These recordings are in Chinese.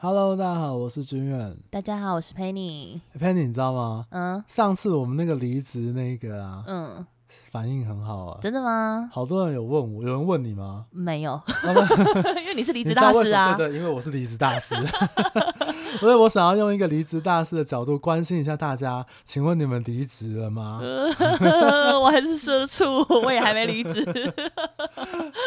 Hello，大家好，我是君远。大家好，我是 Penny。 Penny，你知道吗？嗯上次我们那个离职那个啊，嗯，反应很好啊，真的吗？好多人有问我，有人问你吗？没有，啊不 因为你是离你职知道大为师什啊。么？对对，因为我是离职大师， 所以我想要用一个离职大师的角度关心一下大家。请问你们离职了吗？呃 我还是社畜，我也还没离 职。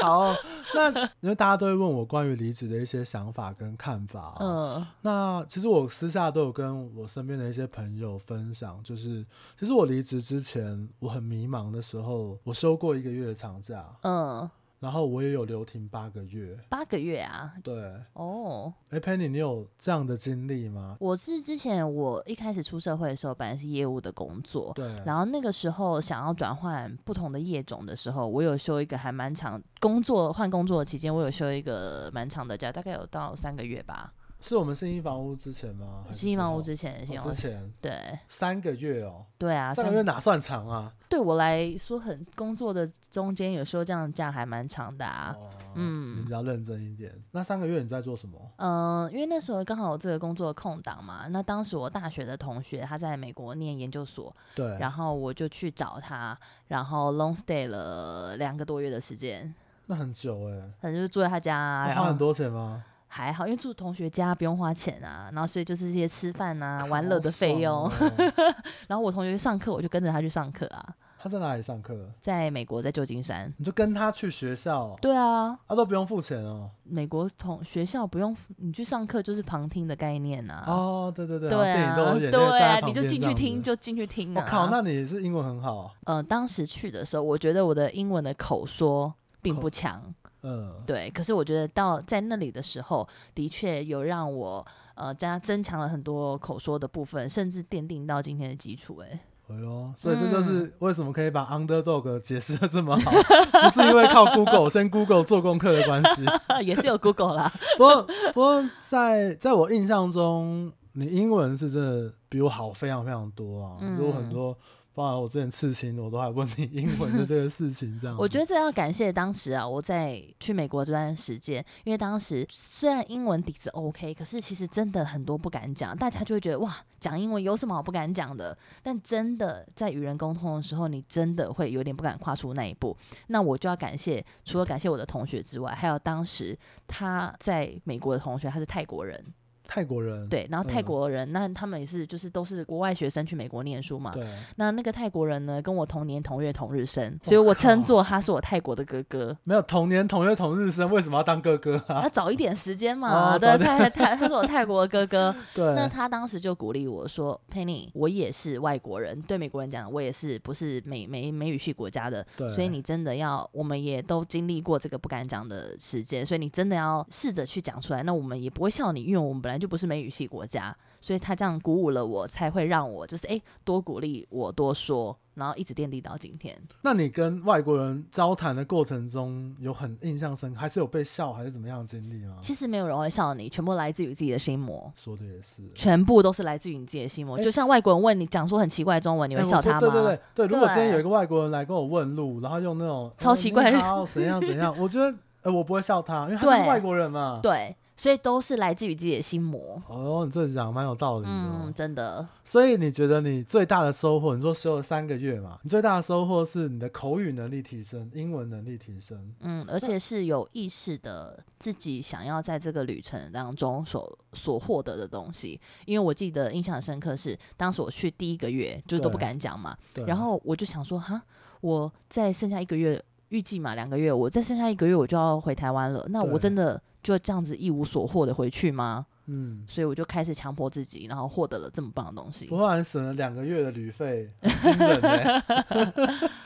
好，那因为大家都会问我关于离职的一些想法跟看法、啊，嗯那其实我私下都有跟我身边的一些朋友分享，就是其实我离职之前，我很迷茫的时候，我休过一个月的长假，嗯，然后我也有留停八个月。八个月啊。对，哦，哎，Penny，你有这样的经历吗？我是之前我一开始出社会的时候，本来是业务的工作，对，然后那个时候想要转换不同的业种的时候，我有休一个还蛮长工作换工作的期间，我有休一个蛮长的假，大概有到三个月吧。是我们新一房屋之前吗？哦还是新房屋之之前，新后房哦屋之前对三个月哦，对啊，三个月哪算长啊？对我来说很，工作的中间有时候这样的假还蛮长的啊。哦，嗯你比较认真一点。那三个月你在做什么？嗯、因为那时候刚好有这个工作的空档嘛，那当时我大学的同学他在美国念研究所，对，然后我就去找他，然后 long stay 了两个多月的时间，那很久哎、反正就住在他家、啊，那然花后很多钱吗？还好，因为住同学家不用花钱啊，然后所以就是一些吃饭啊、玩乐的费好用， 爽哦然后我同学上课我就跟着他去上课啊，他在哪里上课？在美国在旧金山，你就跟他去学校哦，对啊，他、都不用付钱哦。美国同学校不用你去上课，就是旁听的概念呐、啊。哦，对对对，好对像电影啊都有演，那，个对站啊，在旁你就边进这去样子听，。就进去听我、啊。靠，那你是英文很好，哦呃，当时去的时候，我觉得我的英文的口说并口不强，嗯，对。可是我觉得到在那里的时候，的确有让我呃加增强了很多口说的部分，甚至奠定到今天的基础、欸。 哎哎，呦，所以这嗯就是为什么可以把 underdog 解释的这么好， 不是因为靠 Google 先 Google 做功课的关系。 也是有 Google 啦。不过，不过在在我印象中，你英文是真的比我好非常非常多啊。嗯如果很多，包含我之前刺青，我都还问你英文的这个事情，这样子。我觉得这要感谢当时啊，我在去美国这段时间，因为当时虽然英文底子 OK，可是其实真的很多不敢讲，大家就会觉得哇，讲英文有什么好不敢讲的？但真的在与人沟通的时候，你真的会有点不敢跨出那一步。那我就要感谢，除了感谢我的同学之外，还有当时他在美国的同学，他是泰国人，泰国人对，然后泰嗯国人，那他们也是就是都是国外学生去美国念书嘛，对，那那个泰国人呢，跟我同年同月同日生，所以我称作他是我泰国的哥哥。没有同年同月同日生，为什么要当哥哥啊？ 那早一点时间哦嘛，早对，点他他他是我泰国的哥哥。 对，那他当时就鼓励我说：“Penny，我也是外国人，对美国人讲，我也是不是美美美语系国家的，对所以你真的要，我们也都经历过这个不敢讲的时间，所以你真的要试着去讲出来。那我们也不会笑你，因为我们本来就不是美语系国家，所以他这样鼓舞了我，才会让我就是诶多鼓励我多说，然后一直奠定到今天。”那你跟外国人交谈的过程中，有很印象深刻，还是有被笑还是怎么样的经历吗？其实没有人会笑你，全部来自于自己的心魔，说的也是。全部都是来自于你自己的心魔。哎就像外国人问你讲说很奇怪的中文，你哎会我笑说他吗？对对对对，如果今天对有一个外国人来跟我问路，然后用那种超奇怪的然后怎样怎 样，我觉得呃我不会笑他，因为他是对外国人嘛。对所以都是来自于自己的心魔。哦，你这讲蛮有道理的哦。嗯，真的，所以你觉得你最大的收获，你说修了三个月嘛，你最大的收获是你的口语能力提升，英文能力提升。嗯，而且是有意识的，自己想要在这个旅程当中所所获得的东西。因为我记得印象很深刻是，当时我去第一个月就是都不对敢讲嘛，对，啊然后我就想说，哈，我再剩下一个月，预计嘛两个月，我再剩下一个月我就要回台湾了，那对我真的就这样子一无所获的回去吗？嗯，所以我就开始强迫自己，然后获得了这么棒的东西不。然省了两个月的旅费，很惊人呢、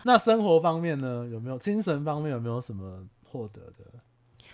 那生活方面呢，有没有精神方面有没有什么获得的？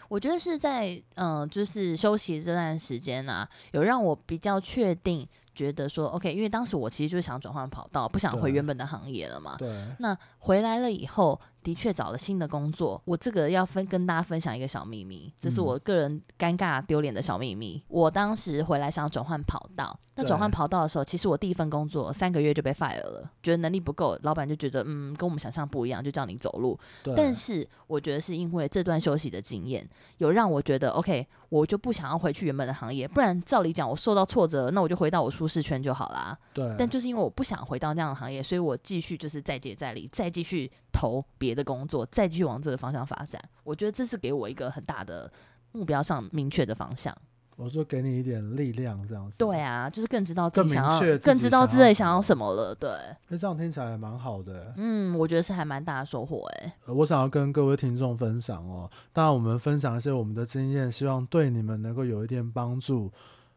我觉得是在嗯、呃就是休息这段时间啊，有让我比较确定觉得说，OK，因为当时我其实就是想转换跑道，不想回对原本的行业了嘛。对，那回来了以后，的确找了新的工作。我这个要分跟大家分享一个小秘密，这是嗯我个人尴尬丢脸的小秘密。我当时回来想要转换跑道，那转换对跑道的时候，其实我第一份工作三个月就被 fire 了，觉得能力不够，老板就觉得嗯跟我们想象不一样，就叫你走路。对但是我觉得是因为这段休息的经验，有让我觉得 OK，我就不想要回去原本的行业，不然照理讲我受到挫折，那我就回到我舒适圈就好啦。对，但就是因为我不想回到那样的行业，所以我继续就是再接再厉，再继续投别的工作，再继续往这个方向发展。我觉得这是给我一个很大的目标上明确的方向。我说给你一点力量这样子。对，啊，就是更知道自更己想明要，确自更己知道想自要己什想要么什么了。对，那这样听起来蛮好的。欸嗯，我觉得是还蛮大的收获哎、呃我想要跟各位听众分享哦，当然我们分享一些我们的经验，希望对你们能够有一点帮助。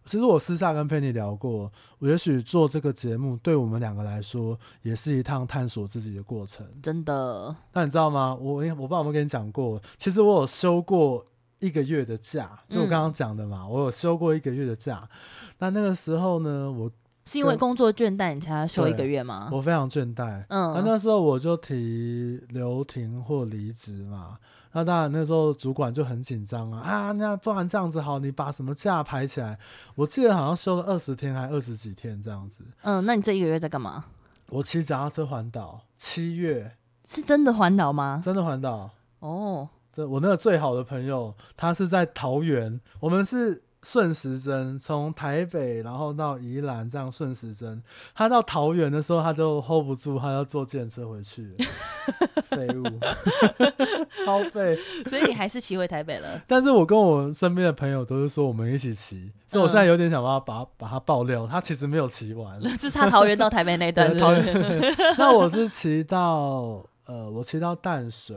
其实我私下跟佩妮聊过，我也许做这个节目对我们两个来说也是一趟探索自己的过程。真的。那你知道吗？我我不知道有没有跟你讲过，其实我有休过一个月的假，就我嗯刚刚讲的嘛，我有休过一个月的假。那那个时候呢，我是因为跟工作倦怠你才要休一个对月吗？我非常倦怠，那、啊嗯，那时候我就提留停或离职嘛。那当然，那时候主管就很紧张啊啊，那不然这样子好，你把什么假排起来？我记得好像休了二十天还二十几天这样子。嗯，那你这一个月在干嘛？我骑脚踏车环岛，七月是真的环岛吗？真的环岛。哦，这我那个最好的朋友，他是在桃园，我们是顺时针，从台北然后到宜兰这样顺时针。他到桃园的时候，他就 hold 不住，他要坐电车回去了，废物， 超废。。所以你还是骑回台北了 但是我跟我身边的朋友都是说我们一起骑，所以我现在有点想把他把把他爆料，他其实没有骑完。就差桃园到台北那一段，对是桃不园是？那我是骑到呃，我骑到淡水，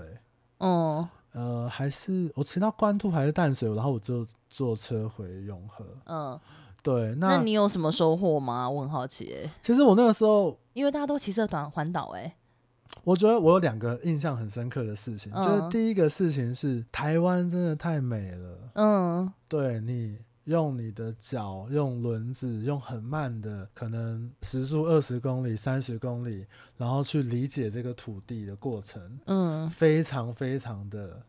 嗯呃，还是我骑到关渡还是淡水，然后我就坐车回永和。嗯，对，那那你有什么收获吗？我很好奇、欸，其实我那个时候，因为大家都骑社团环岛，哎，我觉得我有两个印象很深刻的事情，就是嗯第一个事情是台湾真的太美了，嗯对你。用你的脚，用轮子，用很慢的，可能时速二十公里、三十公里，然后去理解这个土地的过程，嗯，非常非常的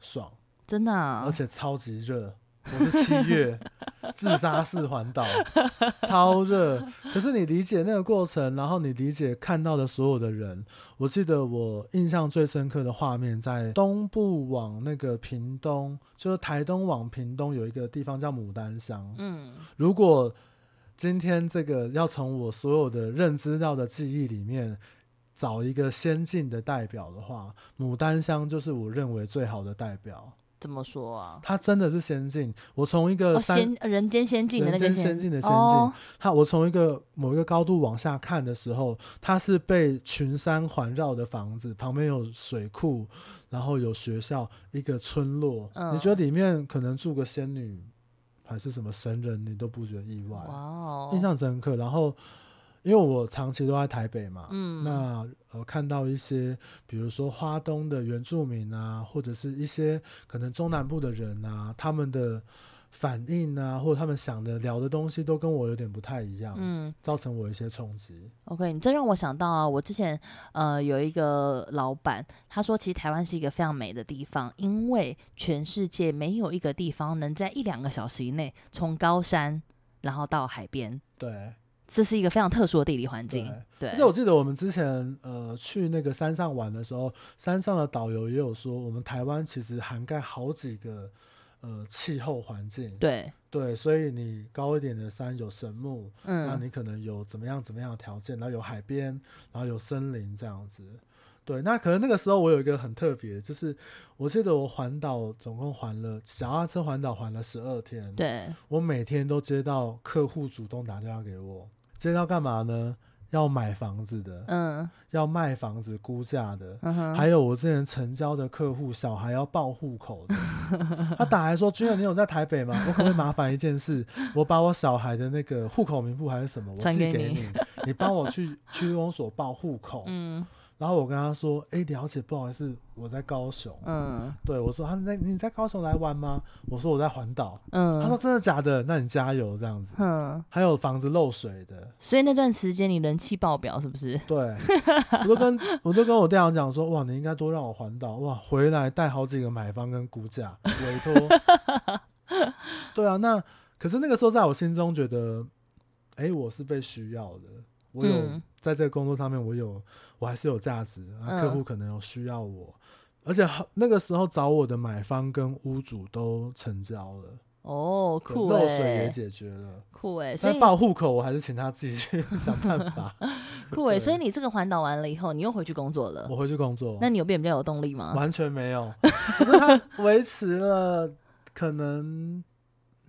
爽。真的、啊而，且超级热。我是七月自杀式环岛，超热。可是你理解那个过程，然后你理解看到的所有的人。我记得我印象最深刻的画面，在东部往那个屏东，就是台东往屏东有一个地方叫牡丹乡。嗯如果今天这个要从我所有的认知到的记忆里面找一个先进的代表的话，牡丹乡就是我认为最好的代表。怎么说啊？它真的是先进。我从一哦，个山，先人间仙境的那个人间仙境的仙境哦，它我从一个某一个高度往下看的时候，它是被群山环绕的房子，旁边有水库，然后有学校，一个村落。嗯你觉得里面可能住个仙女还是什么神人，你都不觉得意外，哇哦，印象深刻。然后，因为我长期都在台北嘛，嗯，那呃，看到一些，比如说花东的原住民啊，或者是一些可能中南部的人啊，他们的反应啊，或者他们想的聊的东西，都跟我有点不太一样，嗯。造成我一些冲击。 OK，你这让我想到啊，我之前呃有一个老板，他说其实台湾是一个非常美的地方，因为全世界没有一个地方能在一两个小时以内从高山然后到海边，对，这是一个非常特殊的地理环境。对，而且我记得我们之前呃去那个山上玩的时候，山上的导游也有说，我们台湾其实涵盖好几个呃气候环境。对，对，所以你高一点的山有神木，那嗯你可能有怎么样怎么样的条件，然后有海边，然后有森林这样子。对，那可能那个时候我有一个很特别，就是我记得我环岛总共环了脚踏车环岛环了十二天，对，我每天都接到客户主动打电话给我，接到干嘛呢？要买房子的，嗯要卖房子估价的，嗯哼，还有我之前成交的客户，小孩要报户口的，他打来说：“君远，你有在台北吗？我可不可以麻烦一件事，我把我小孩的那个户口名簿还是什么，我传寄给给你你，你帮我去区公所报户口。嗯然后我跟他说：“哎、了解，不好意思，我在高雄。”嗯对我说：“他在你在高雄来玩吗？”我说：“我在环岛。”他说：“嗯真的假的？那你加油这样子。哼，”还有房子漏水的，所以那段时间你人气爆表是不是？对我都跟我都跟我店长讲说：“哇，你应该多让我环岛哇，回来带好几个买方跟估价委托。”对啊，那可是那个时候在我心中觉得，哎、我是被需要的，我有、嗯在这个工作上面，我有我还是有价值，啊，客户嗯可能有需要我。而且好那个时候找我的买方跟屋主都成交了，哦，对酷漏水也哎、解决了。酷哎、所但以报户口我还是请他自己去 想办法。酷哎、对所以你这个环岛完了以后，你又回去工作了我，回去工作。 那你有变比较有动力吗？完全没 有，可是他维持了可能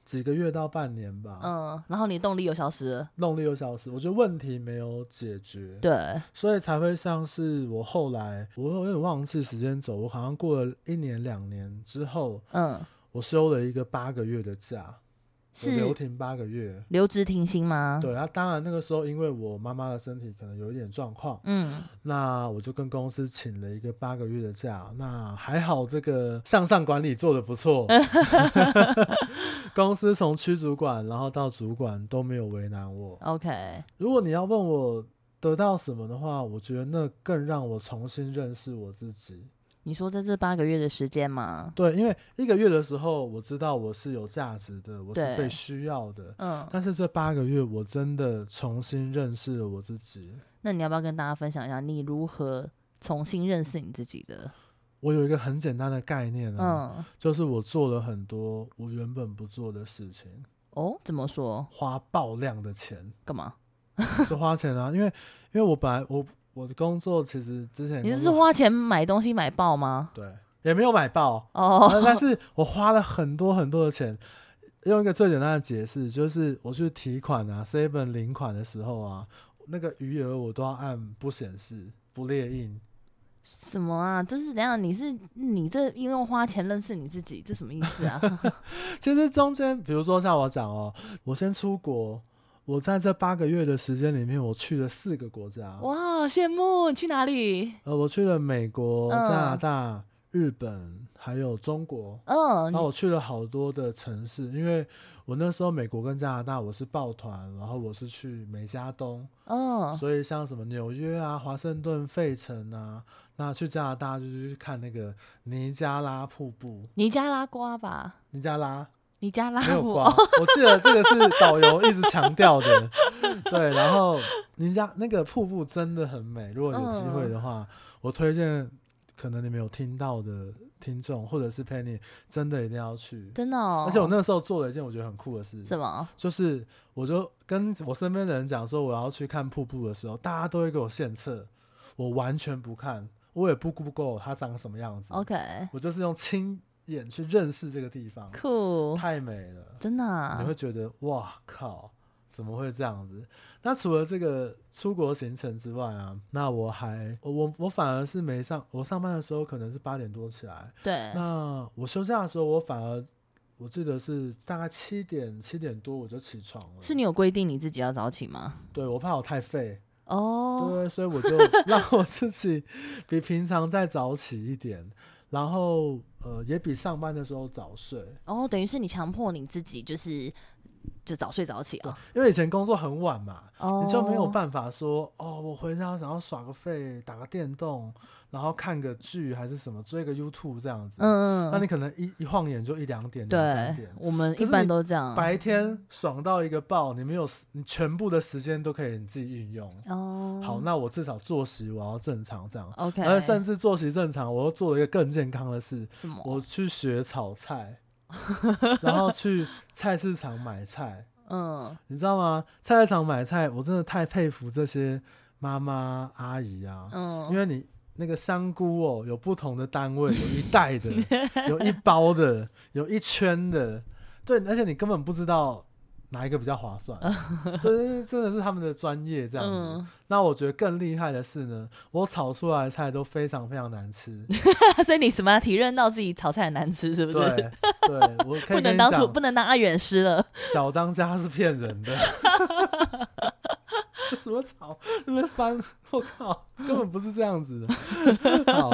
几个月到半年吧，嗯，然后你动力又消失了，弄六小时，我觉得问题没有解决，对，所以才会像是我后来，我有点忘记时间轴，我好像过了一年两年之后，嗯，我休了一个八个月的假，我留是嗯停八个月。留职停薪吗？对，啊，当然那个时候因为我妈妈的身体可能有一点状况，嗯，那我就跟公司请了一个八个月的假。那还好，这个向上管理做得不 错，公司从区主管然后到主管都没有为难我。 OK，如果你要问我得到什么的话，我觉得那更让我重新认识我自己。你说在这八个月的时间吗？对，因为一个月的时候，我知道我是有价值的，我是对被需要的。嗯，但是这八个月，我真的重新认识了我自己。那你要不要跟大家分享一下你如何重新认识你自己的？我有一个很简单的概念啊，嗯，就是我做了很多我原本不做的事情，哦，怎么说？花爆量的钱干嘛？是花钱啊，因为因为我本来我我的工作其实之前你工是作花钱买东西买爆吗？对也没有买爆，哦， 呃但是我花了很多很多的钱。用一个最简单的解释，就是我去提款啊，seven 领款的时候啊，那个余额我都要按不显示、不列印。什么啊？就是怎样？你是你这因为花钱认识你自己，这什么意思啊？ 其实中间，比如说像我讲哦，我先出国，我在这八个月的时间里面，我去了四个国家。哇，羡慕！你去哪里？呃，我去了美国、嗯加拿大、日本，还有中国。嗯，然后我去了好多的城市，因为我那时候美国跟加拿大我是抱团，然后我是去美加东，嗯，所以像什么纽约啊、华盛顿、费城啊，那去加拿大就是去看那个尼加拉瀑布，尼加拉瓜吧，尼加拉尼加拉哦没有瓜瓜，我记得这个是导游一直强调的。对，然后人家那个瀑布真的很美，如果有机嗯会的话，我推荐可能你们有听到的听众或者是 Penny，真的一定要去。真的哦。而且我那时候做了一件我觉得很酷的事，什么？就是我就跟我身边的人讲说我要去看瀑布的时候，大家都会给我献策，我完全不看，我也不 Google 它长什么样子 OK，我就是用亲眼去认识这个地方，酷，太美了。真的、啊你。会觉得哇靠，怎么会这样子？那除了这个出国行程之外啊，那我还我我我反而是没上，我上班的时候可能是八点多起来，对，那我休假的时候我反而我记得是大概七点七点多我就起床了，是你有规定你自己要早起吗？对我怕我太废，哦，对，所以我 就让我自己比平常再早起一点，然后呃也比上班的时候早睡，哦，等于是你强迫你自己，就是就早睡早起啊。因为以前工作很晚嘛，哦，你就没有办法说哦，我回家想要耍个废、打个电动，然后看个剧还是什么，追个 YouTube 这样子。，嗯，嗯，那你可能一一晃眼就一两点、两三对点，，我们可一是般你都这样。白天爽到一个爆，你没有时你全部的时间都可以你自己运用。哦，好，呃那我至少作息我要正常这样， ，OK，而甚至作息正常，我又做了一个更健康的事，什么？我去学炒 菜，然后去菜市场买菜。嗯，你知道吗？菜市场买菜，我真的太佩服这些妈妈阿姨啊，嗯因为你那个香菇哦，有不同的单位，有一袋的，有一包的，有一圈的，对，而且你根本不知道哪一个比较划 算，对，真的是他们的专业这样子。嗯， 那我觉得更厉害的是呢，我炒出来的菜都非常非常难吃，所以你什么体认到自己炒菜很难吃，是不对是？对，我可 不以跟能你当初讲不，能当阿远师了。小当家是骗人的。 什么草那边翻， 我靠，根本不是这样子的。 好，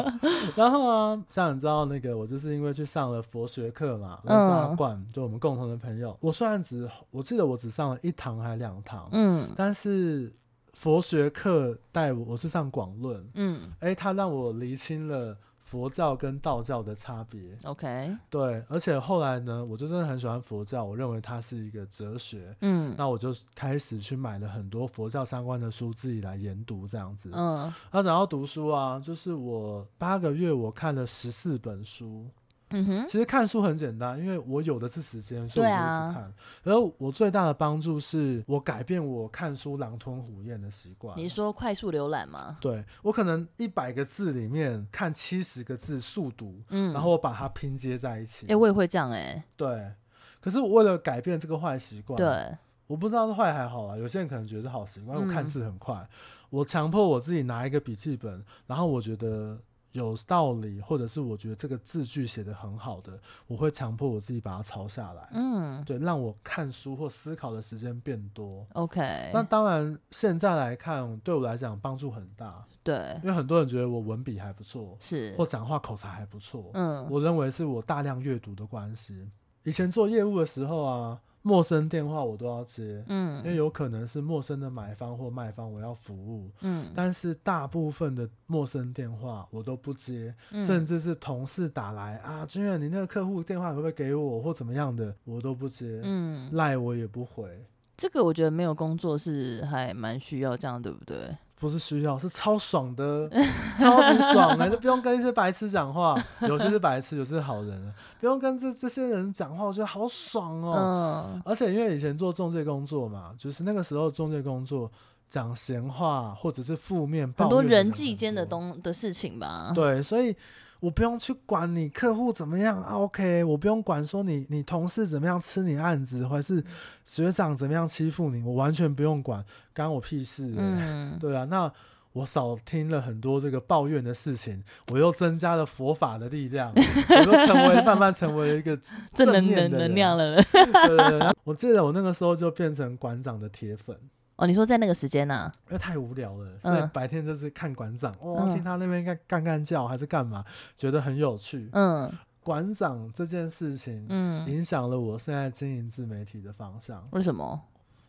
然后啊，像你知道那个，我就是因为去上了佛学课嘛，认识阿嗯冠，就我们共同的朋友。我虽然只，我记得我只上了一堂还两堂，嗯但是佛学课带我，我是上广论，嗯哎，他让我厘清了佛教跟道教的差别。 ，OK，对，而且后来呢，我就真的很喜欢佛教，我认为它是一个哲学。嗯那我就开始去买了很多佛教相关的书，自己来研读这样子。嗯那讲到读书啊，就是我八个月我看了十四本书。嗯哼，其实看书很简单，因为我有的是时间，所以对我就一啊直看。然后我最大的帮助是我改变我看书狼吞虎咽的习惯。你说快速浏览吗？对我可能一百个字里面看七十个字速读，嗯，然后我把它拼接在一起。哎、我也会这样哎、对，可是我为了改变这个坏习惯，，对，我不知道是坏还好啊，有些人可能觉得是好习惯。嗯我看字很快，我强迫我自己拿一个笔记本，然后我觉得有道理，或者是我觉得这个字句写得很好的，我会强迫我自己把它抄下来，嗯对，让我看书或思考的时间变多。 ，OK，那当然，现在来看，对我来讲帮助很大，对因为很多人觉得我文笔还不错，是或，讲话口才还不错，嗯我认为是我大量阅读的关系。以前做业务的时候啊，陌生电话我都要接，因为嗯有可能是陌生的买方或卖方，我要服务。 嗯，但是大部分的陌生电话我都不接，嗯甚至是同事打来啊，君远，你那个客户电话可不可以给我，或怎么样的，我都不接，嗯，嗯赖我也不回。这个我觉得没有工作是还蛮需要这样，对不对？不是需要，是超爽的，超级爽的，就不用跟一些白痴讲话。有些是白痴，有些是好人，啊不用跟这这些人讲话，我觉得好爽哦。嗯而且因为以前做中介工作嘛，就是那个时候中介工作讲闲话或者是负面抱很多怨的人际间的很多东的事情吧，对，所以我不用去管你客户怎么样啊，OK，我不用管说你你同事怎么样吃你案子，或者是学长怎么样欺负你，我完全不用管，干我屁事、欸。嗯，对啊，那我少听了很多这个抱怨的事情，我又增加了佛法的力量，我又成为慢慢成为了一个 正能面能的能人量了。对对对，然 后我记得我那个时候就变成馆长的铁粉，哦，你说在那个时间啊呢、因为太无聊了，所以嗯白天就是看馆长，哦，嗯听他那边干干干叫还是干嘛，觉得很有趣。嗯馆长这件事情嗯，影响了我现在经营自媒体的方向，为什么？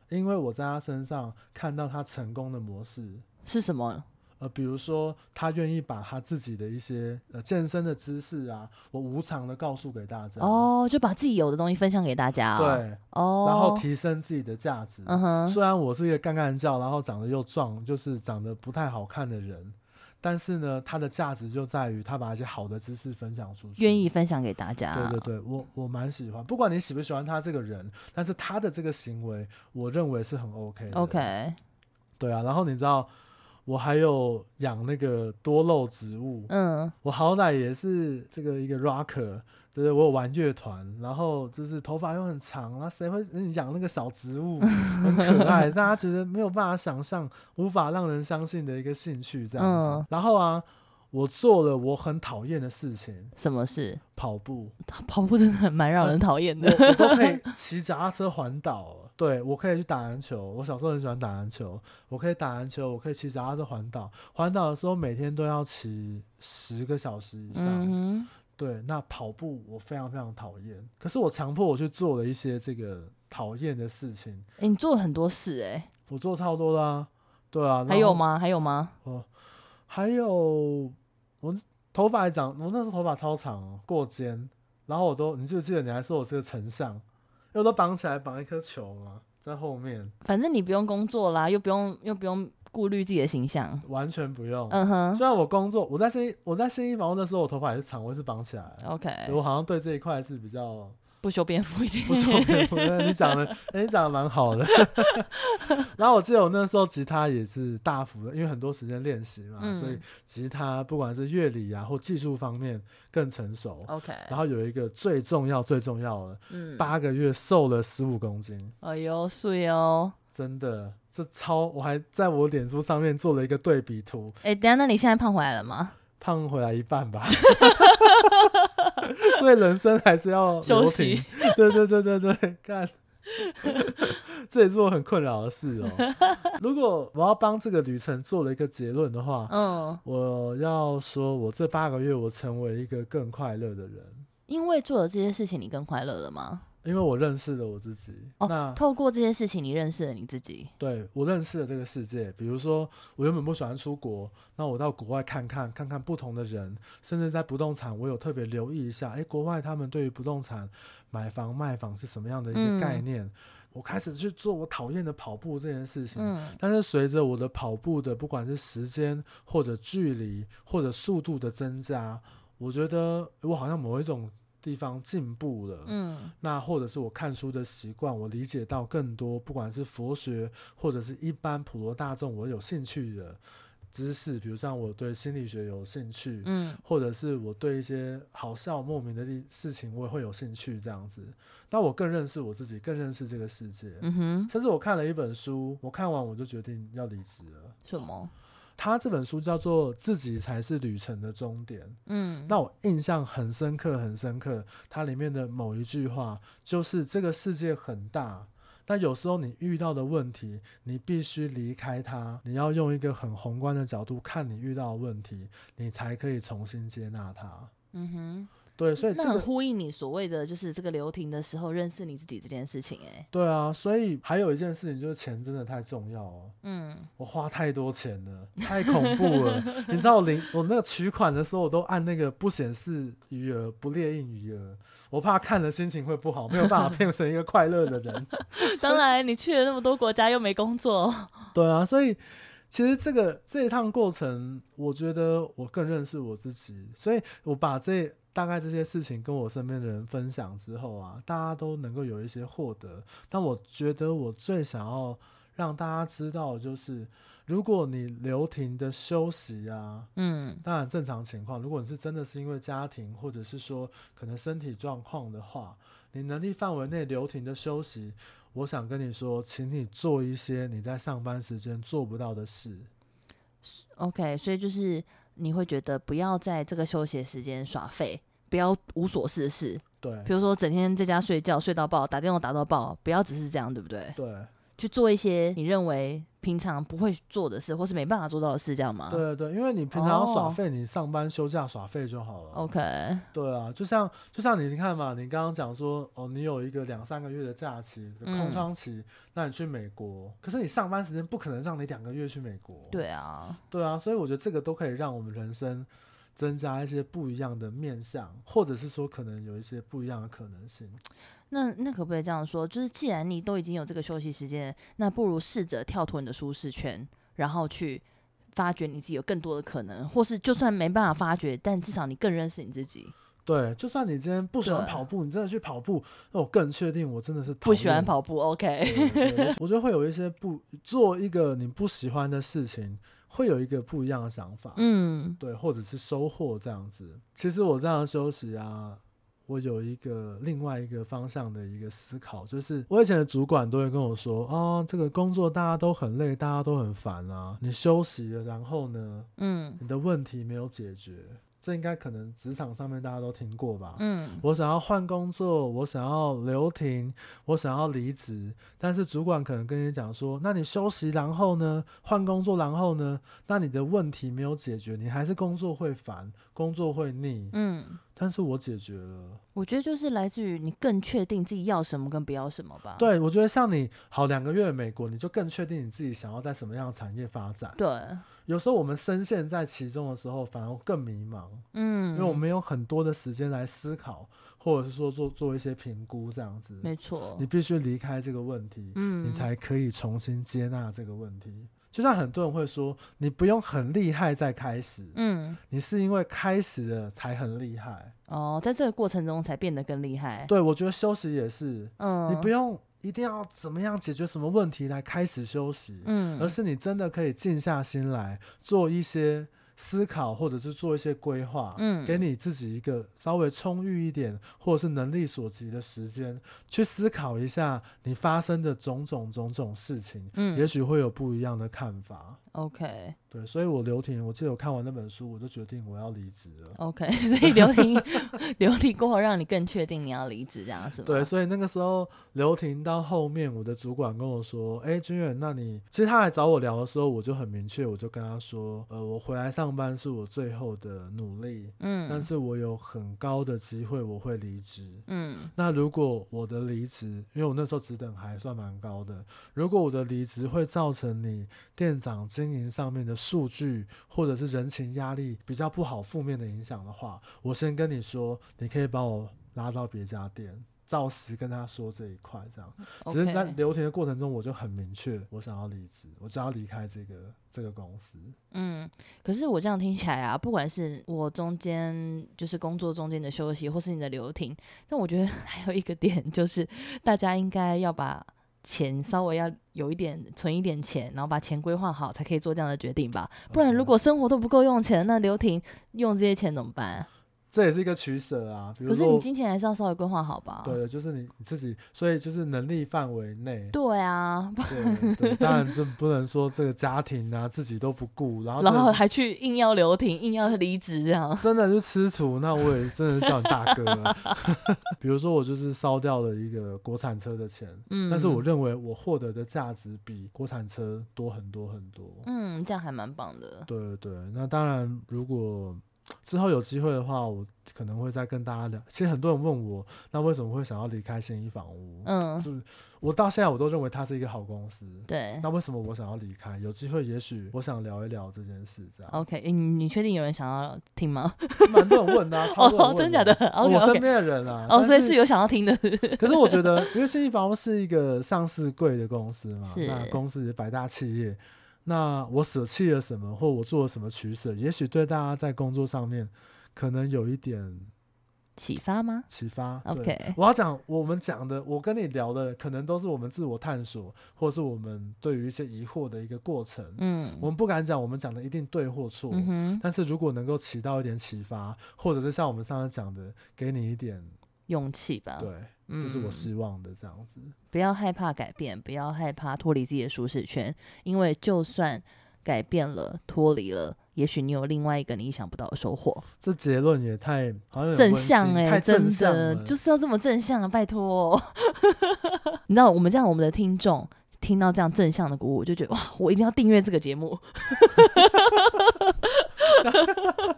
因为我在他身上看到他成功的模式。是什么？呃，比如说，他愿意把他自己的一些呃健身的知识啊，我无偿的告诉给大家，哦，就把自己有的东西分享给大家、对，，哦，然后提升自己的价值，嗯哼，虽然我是一个干干叫，然后长得又壮，就是长得不太好看的人，但是呢，它的价值就在于他把一些好的知识分享出去。愿。意分享给大家，对对对，我我蛮喜欢，不管你喜不喜欢他这个人，但是他的这个行为，我认为是很 OK 的。 ，OK，对啊，然后你知道，我还有养那个多肉植物，嗯我好歹也是这个一个 rocker，就是我有玩乐团，然后就是头发又很长，那谁会嗯养那个小植物，很可爱， 大家觉得没有办法想象，无法让人相信的一个兴趣这样子。嗯然后啊，我做了我很讨厌的事情，什么事？ 跑步，跑步真的很蛮让人讨厌呃我的。我都可 以骑脚踏车环岛了，对我可以去打篮球，我小时候很喜欢打篮球，我可以打篮球，我可以骑脚踏车环岛，环岛的时候每天都要骑十个小时以上。嗯哼，对，那跑步我非常非常讨厌，可是我强迫我去做了一些这个讨厌的事情，哎、你做了很多事哎、我做超多啦、对啊，还有？吗？还有吗？哦，还有我头发还长，我那时候头发超长、哦，过肩，然后我都，你记不记得你还说我是个丞相，因为我都绑起来绑一颗球嘛，在后面反正你不用工作啦，又不用又不用顾虑自己的形象。完全不用。嗯哼虽然我工作，我在新我在新一房屋那时候，我头发也是长，我也是绑起来哦的，所以，OK，我好像对这一块是比较不修边幅一点。不是我没有我没有你讲的，哎、你讲的蛮好 的。然后我记得我那时候吉他也是大幅的，因为很多时间练习嘛，嗯所以吉他不管是乐理啊或技术方面更成熟。 OK，然后有一个最重要最重要的，哦嗯，八个月瘦了十五公斤，哎呦，睡哦。真的，这超！我还在我脸书上面做了一个对比图，哎、等一下，那你现在胖回来了吗？胖回来一半吧。 所以人生还是要休留息停。对对对对对，看， 这也是我很困扰的事哦。如果我要帮这个旅程做了一个结论的话，嗯，我要说，我这八个月我成为一个更快乐的人，因为做了这些事情，你更快乐了吗？因为我认识了我自己。哦那透过这些事情，你认识了你自己。对我认识了这个世界，比如说我原本不喜欢出国，那我到国外看看，看看不同的人，甚至在不动产，我有特别留意一下，诶，国外他们对于不动产买房卖房是什么样的一个嗯概念？我开始去做我讨厌的跑步这件事情，嗯但是随着我的跑步的不管是时间或者距离或者速度的增加，我觉得我好像某一种地方进步了。嗯那或者是我看书的习惯，我理解到更多，不管是佛学或者是一般普罗大众我有兴趣的知识，比如像我对心理学有兴趣，嗯或者是我对一些好笑莫名的地事情我也会有兴趣这样子。那我更认识我自己，更认识这个世界。嗯哼，甚至我看了一本书，我看完我就决定要离职了。什么？他这本书叫做《自己才是旅程的终点》，嗯那我印象很深刻，很深刻。它里面的某一句话就是：“这个世界很大，那有时候你遇到的问题，你必须离开它，你要用一个很宏观的角度看你遇到的问题，你才可以重新接纳它。嗯哼，”对，所以这那很个呼应你所谓的，就是这个流停的时候认识你自己这件事情、哎，对啊，所以还有一件事情就是钱真的太重要哦。嗯，我花太多钱了，太恐怖了！你知道我领我那个取款的时候，我都按那个不显示余额、不列印余额，我怕看了心情会不好，没有办法变成一个快乐的人。 当然你去了那么多国家又没工作，对啊，所以其实这个这一趟过程，我觉得我更认识我自己，所以我把这大概这些事情跟我身边的人分享之后啊，大家都能够有一些获得。但我觉得我最想要让大家知道，的就是如果你留停的休息啊，嗯当然，正常情况，如果你是真的是因为家庭，或者是说可能身体状况的话，你能力范围内留停的休息，我想跟你说，请你做一些你在上班时间做不到的事。 ，OK，所以就是你会觉得不要在这个休息时间耍废，不要无所事事，对比如说整天在家睡觉睡到爆，打电话打到爆，不要只是这样，对不对？对去做一些你认为平常不会做的事，或是没办法做到的事，这样吗？对对对，因为你平常要耍哦废，你上班休假耍废就好了。 ，OK，对啊，就像就像你看嘛，你刚刚讲说哦，你有一个两三个月的假期的空嗯窗期，那你去美国，可是你上班时间不可能让你两个月去美国。对啊，对啊，所以我觉得这个都可以让我们人生增加一些不一样的面向，或者是说可能有一些不一样的可能性。那那可不可以这样说？就是既然你都已经有这个休息时间，那不如试着跳脱你的舒适圈，然后去发掘你自己有更多的可能，或是就算没办法发掘，但至少你更认识你自己。对，就算你今天不喜欢对跑步，你真的去跑步，那我更确定我真的是不喜欢跑。跑步，OK，对对我我觉得会有一些不做一个你不喜欢的事情，会有一个不一样的想 法，嗯，对，或者是收获这样子。其实我这样休息啊，我有一个另外一个方向的一个思考，就是我以前的主管都会跟我说，哦，这个工作大家都很累，大家都很烦啊，你休息了，然后呢，嗯你的问题没有解决，这应该可能职场上面大家都听过吧。嗯我想要换工作，我想要留停，我想要离职，但是主管可能跟你讲说，那你休息，然后呢，换工作，然后呢，那你的问题没有解决，你还是工作会烦，工作会腻，嗯，但是我解决了。我觉得就是来自于你更确定自己要什么跟不要什么吧。对，我觉得像你好两个月的美国，你就更确定你自己想要在什么样的产业发展。对，有时候我们深陷在其中的时候，反而更迷茫，嗯，因为我们有很多的时间来思考，或者是说做做一些评估这样子。没错你，必须离开这个问题，嗯，你才可以重新接纳这个问题。就像很多人会说，你不用很厉害再开始，嗯你是因为开始了才很厉害。哦，在这个过程中才变得更厉害。对我觉得休息也是，嗯，你不用一定要怎么样解决什么问题来开始休息，嗯而是你真的可以静下心来做一些思考或者是做一些规划，嗯给你自己一个稍微充裕一点或者是能力所及的时间，去思考一下你发生的种种种种事情，也嗯许会有不一样的看法。 ，OK 对，所以我刘婷，我记得我看完那本书，我就决定我要离职了。 OK，所以流离 流离过后，让你更确定你要离职，这样是吗？对，所以那个时候刘婷到后面，我的主管跟我说：“哎、君远，那你其实他来找我聊的时候，我就很明确，我就跟他说，呃，我回来上班是我最后的努力，但嗯是我有很高的机会我会离职。嗯那如果我的离职，因为我那时候职等还算蛮高的，如果我的离职会造成你店长经营上面的数据或者是人情压力比较不好、负面的影响的话，我先跟你说，你可以把我拉到别家店。照实跟他说这一块，这样，只是在嗯，OK，留停的过程中，我就很明确，我想要离职，我就要离开这个这个公司。嗯，可是我这样听起来啊，不管是我中间就是工作中间的休息，或是你的留停，但我觉得 还有一个点就是，大家应该要把钱稍微要有一点存一点钱，然后把钱规划好，才可以做这样的决定吧。不然如嗯果生活都不够用钱，那留停用这些钱怎么办？这也是一个取舍啊，比如可是说你，金钱还是要稍微规划好吧？对，就是你你自己，所以就是能力范围内，对啊，不对， 对，当然这不能说这个家庭啊自己都不顾，然后然真后的还去硬要留停，硬要离职这样。真的是吃土，那我也真的是叫你大哥 了。比如说我就是烧掉了一个国产车的钱，嗯，但是我认为我获得的价值比国产车多很多很多。嗯，这样还蛮棒的。对对对，那当然如果。之后有机会的话，我可能会再跟大家聊。其实很多人问我，那为什么会想要离开新一房屋？嗯是我到现在我都认为它是一个好公司。对那为什么我想要离开？有机会，也许我想聊一聊这件事，这样。 ，OK，诶你你确定有人想要听吗？蛮多人问 的、啊，超多人哦，问真假的？OK 我身 OK，边的人啊。哦，所以但是。有想 要听的。可是我觉得，因为信义房屋是一个上市贵的公司嘛，是那公司也百大企业，那我舍弃了什么，或我做了什么取舍，也许对大家在工作上面可能有一点启发吗启发。对？OK，我要讲，我们讲的，我跟你聊的，可能都是我们自我探索，或是我们对于一些疑惑的一个过程。嗯，我们不敢讲，我们讲的一定对或错。嗯哼，但是如果能够起到一点启发，或者是像我们上次讲的，给你一点勇气吧，对，嗯，这是我希望的这样子。不要害怕改变，不要害怕脱离自己的舒适圈，因为就算改变了、脱离了，也许你有另外一个你意想不到的收获。这结论也太好像有点正温馨向哎、太真正向的了，就是要这么正向啊！拜托、 你知道我们这样，我们的听众听到这样正向的鼓舞，我就觉得哇，我一定要订阅这个节目。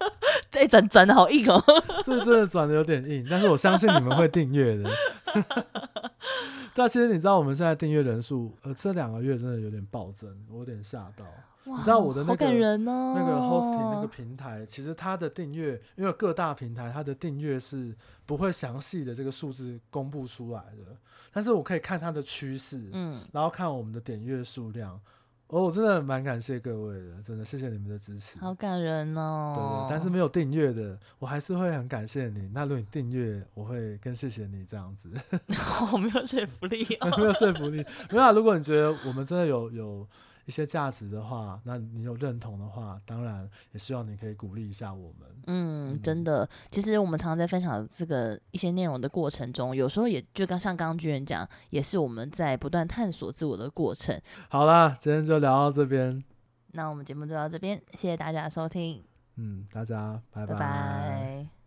这转转的好硬哦。这真的转的有点硬，但是我相信你们会订阅的。 对啊，其实你知道我们现在订阅人数，呃，这两个月真的有点暴增，我有点吓到。哇，你知道我的那好感个人哦，那个 hosting 那个平台，其实它的订阅，因为各大平台它的订阅是不会详细的这个数字公布出来的，但是我可以看它的趋势，嗯，然后看我们的点阅数量。哦，我真的蛮感谢各位的，真的谢谢你们的支持。好感人哦。对对，但是 没有订阅的，我还是会很感谢你。那如果你订阅，我会更谢谢你这样 子，我没有说服力哦。没有说服力。没有啊，如果你觉得我们真的有有一些价值的话，那你有认同的话，当然也希望你可以鼓励一下我们。嗯，真的，其实我们常常在分享这个一些内容的过程中，有时候也就刚像刚刚居然讲，也是我们在不断探索自我的过程。好啦，今天就聊到这边，那我们节目就到这边，谢谢大家的收听，嗯，大家拜拜拜